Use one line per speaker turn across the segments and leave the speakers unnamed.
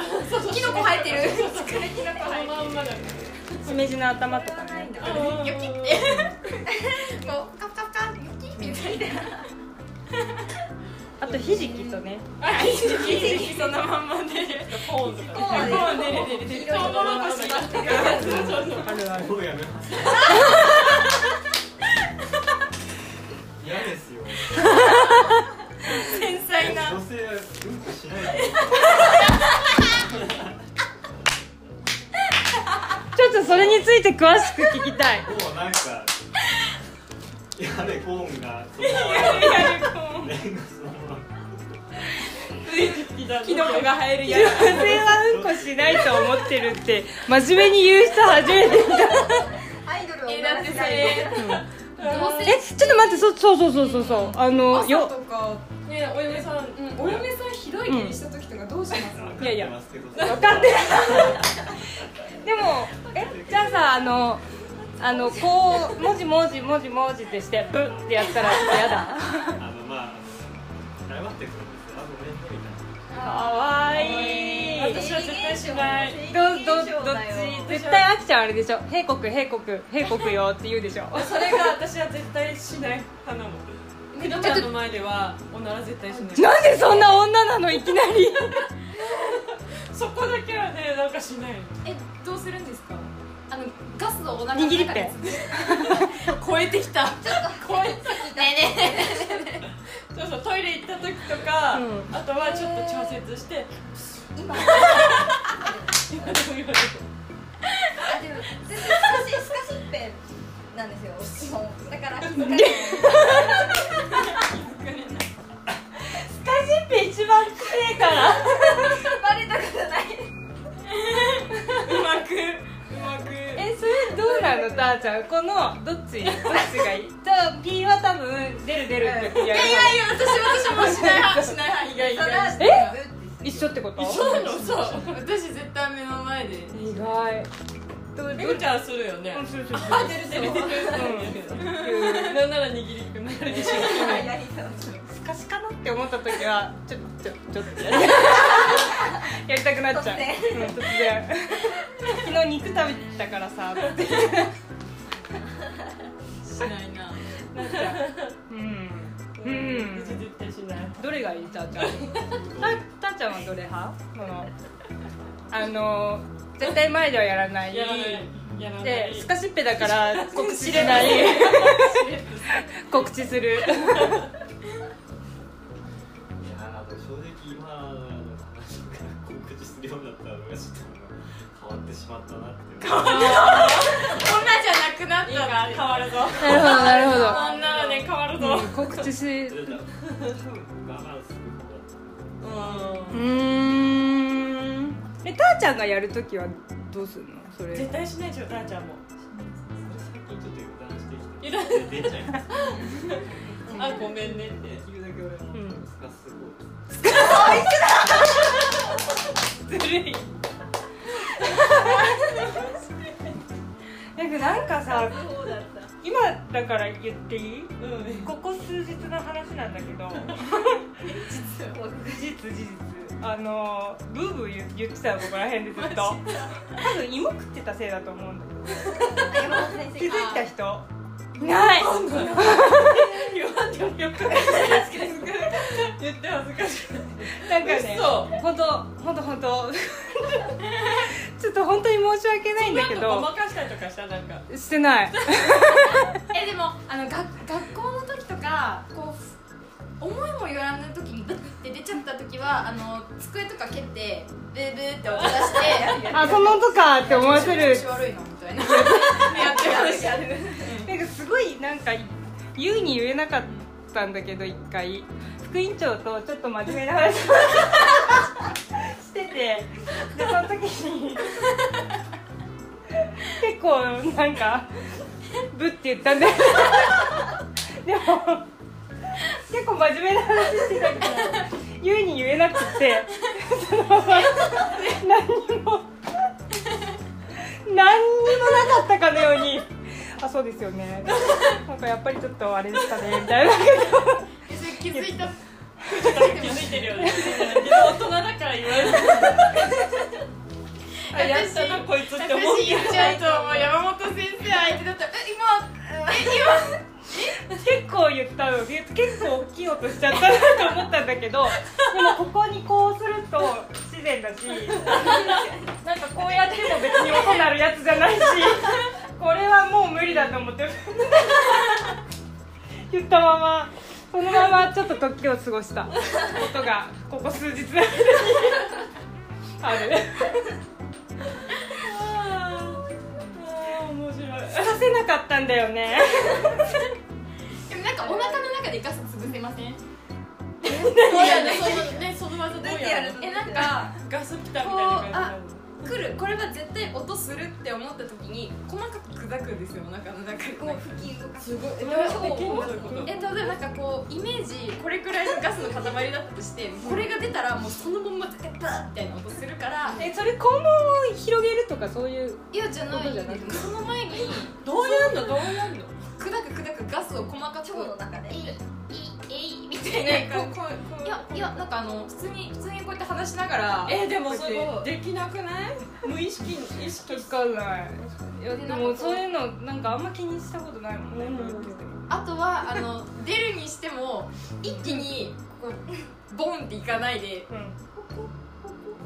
のこ生えてる
このまんまだね
しめじの頭とかね
よきってもうカプカプカンよきみたいな
あとひじきとね
あ、ひじきひじき
そのまんまで
コーンとかね
コーン
コーン出る出る出るトウモロコシそうそうそう
あるある
そうやめます。嫌ですよ。
繊細な
女性はうんこしない
ちょっとそれについて詳しく聞きたい
と。もうなんか。やべコーンが。そのレンガそのまま。
キノコが生えるや女性はうんこしないと思ってるって真面目に言う人初めて見た
アイドルを
え、
目
だっ
指
て
し
そ
たい
れ
同性
えちょっと待ってそそうそうそうそうそうあの
朝
よ
とか
ね、お嫁さん、うん、お
お
嫁
嫁さんひどい気にした時とかどうします
分かっ
いやいや
てますけど。
分かってる でもえじゃあさあのあのこう文字文字文字文字ってしてブッってやったらちょっとや だ
あのまあ。謝ってくるんですよ。あ、ごめんねみたいな。
かわいい
私は絶対しない
どどどっち絶対あきちゃんあれでしょ「平国平国平国よ」って言うでしょ
それが私は絶対しない派なのみのちゃんの前ではおなら絶対しない
なんでそんな女なのいきなり
そこだけはね、なんかしない
えどうするんですかあのガスをお腹の
握りっ
中
ぺ
で
超えてきた超えて
ねえね
そうそう、トイレ行った時とか、
うん
あとはちょっと調節して
え今
今でも言われて
あでも全然スカシスカシッペンなんですよ基本だから気づかない
スカジッペ一番強えから
バレたことない
るうまく、うまく
えそれどうなのたーちゃんこのどっちどっちがいいじゃあ P は多分出る出るってやる
いや私私もしない派しない派意外意
そら
外
し
え一緒ってこと
そうなのそう私絶対目の前で
意外どう
み
ど
こ
っ
ちゃんするよね
うんそうそう
あ出る出る 出る なんなら握りっくなるでしょ
やりそう
スカシかなって思った時はちょちょちょっとやるやりたくなっちゃう
突然
うん突然昨日肉食べてたからさって
しないな
なっちゃううんうん
私絶対しない
どれがいいたー ちゃんたたーちゃんはどれ派このあの絶対前ではやらない
やらないやらない
でスカシッペだ から告知しない告知する
いやーでも正直今の話から告知するようになったのがちょっと変わってしまったなって変わ
女じゃなくなったら変わるぞ
なるほどなるほ
女はね変わる
ど
ぞ、
告知する
我慢するこ
うーんえたーちゃんがやるときはどうするのそれ
絶対しないでしょターちゃんも
と最近ちょっと油断してきて
油
出ちゃいます
あごめんねって言うだけ俺は
うん
スカスゴ
ずるいなんかなんかさ
そうだった
今だから言っていい
うん
ここ数日の話なんだけど事実事実あのブーブー言言ってたのここら辺でずっと多分芋食ってたせいだと思うんだけど
山本先
気づい
生が
た人いない
よよく言って恥ずかしい
なんかね
嘘
本当本当本当 ちょっと本当に申し訳ないんだけ
なんかご
ど
まかしたりとかしたなんか
してない
えでもあのが学校の時とかこう思いもよらぬ時にブッて出ちゃった時はあの机とか蹴ってブーブーって音出して
あその音かって思わせる
調子悪いのみたいなや
やってました
る
なんかすごいなんか言うに言えなかったんだけど一回副院長とちょっと真面目な話をしててでその時に 結構なんか「ぶ」って言ったんだよでも結構真面目な話してたけど言うに言えなくてそのまま何にも何にもなかったかのように「あそうですよね」 なんかやっぱりちょっとあれですかねみたいな
えそれ気づいた
気づいてるよねでも大人だから言われる
で言うと結構大きい音しちゃったなと思ったんだけどでもここにこうすると不自然だしなんかこうやっても別に音鳴るやつじゃないしこれはもう無理だと思って言ったままそのままちょっと時を過ごしたことがここ数日の間にある
あー面白い
させなかったんだよね
でもなんかお腹の中でガス潰せません
どうやねそのねその技どう
どうや
や
る
る
の
の
えなんか
ガスピタみたいな感じ
来るこれは絶対音するって思った時に細かく砕くんですよお腹の中で
こう吹き動かす
すごいえ
え
どう
どう
やってできるのそうういううことと
やってできんのそいこえ例えばなんかこうイメージこれくらいのガスの塊だったとしてこれが出たらもうそのまんま絶対バーッみたいな音するから
えそれ肛門を広げるとかそういう
いやじゃない
音じゃない
その前に
どうやんのどうやんの
砕く砕くガスを細かく
腸の中で
えい
い
えいえいみたいなこうこうい
いや
やいやなんかあの普通に普通にこうやって話しながら
えでもそれ
こうやって
できなくない無意識に意識
わかんないいやでもそういうのなんかあんま気にしたことないもんね、
うん
あとはあの出るにしても一気にこうボンっていかないで
うん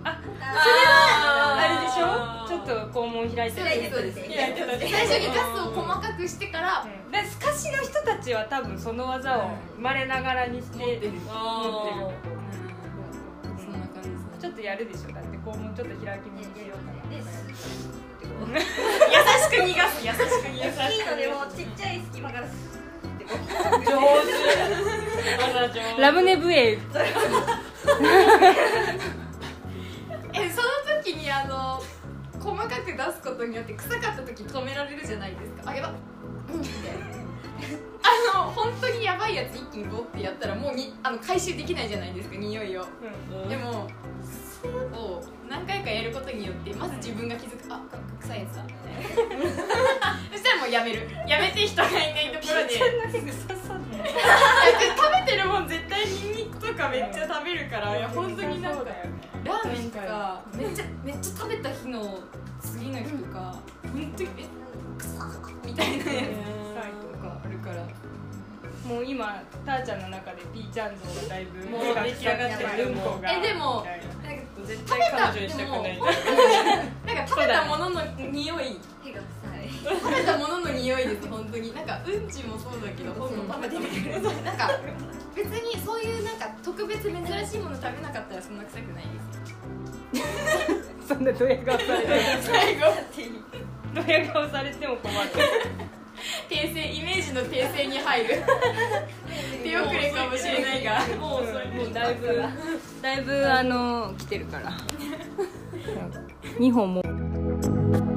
あ
あれでし
ー
ょちょっと肛門開いてる
開いてるって
開いてた
最
ね
初にガスを細かくしてから
うんでスカシの人たちは多分その技を生まれながらにして持ってる
あー
そんな感じですね
ちょっとやるでしょだって肛門ちょっと開きにしようかな
で
優しく逃がす優しく逃
大きいのでもちっちゃい隙間からスーってこう
上手まだ上手
ラムネブエ
えその時にあの細かく出すことによって臭かった時止められるじゃないですかあやばっうんみたいなあの本当にやばいやつ一気にボってやったらもうにあの回収できないじゃないですか匂いをでもそれを何回かやることによってまず自分が気づくあ臭いやつだみたいな そしたらもうやめるやめて人がいないとこ ろで食べてるもん絶対ニンニクとかめっちゃ食べるからいや本当になんかラーメンとかめっちゃめっちゃ食べた日の次の日とか本当にえくそみたいなやつとかあるから
もう今ターちゃんの中でピーちゃん像がだいぶ
もう出来上がってる
うんこが
えで
み
も
たいな
なんか
絶対彼女にしたくない
なんか食べたものの匂い
手が臭い
食べたものの匂いです本当になんかうんちもそうだけどほんと食べてみる なんか別にそういうなんか特別珍しいもの食べなかったらそんな臭くないです
そんなドヤ顔されて
最後
ドヤ顔されても困る
訂正イメージの訂正に入 る手遅れかもしれないが
もう遅い
もうだいぶだいぶあの来てるから2本も。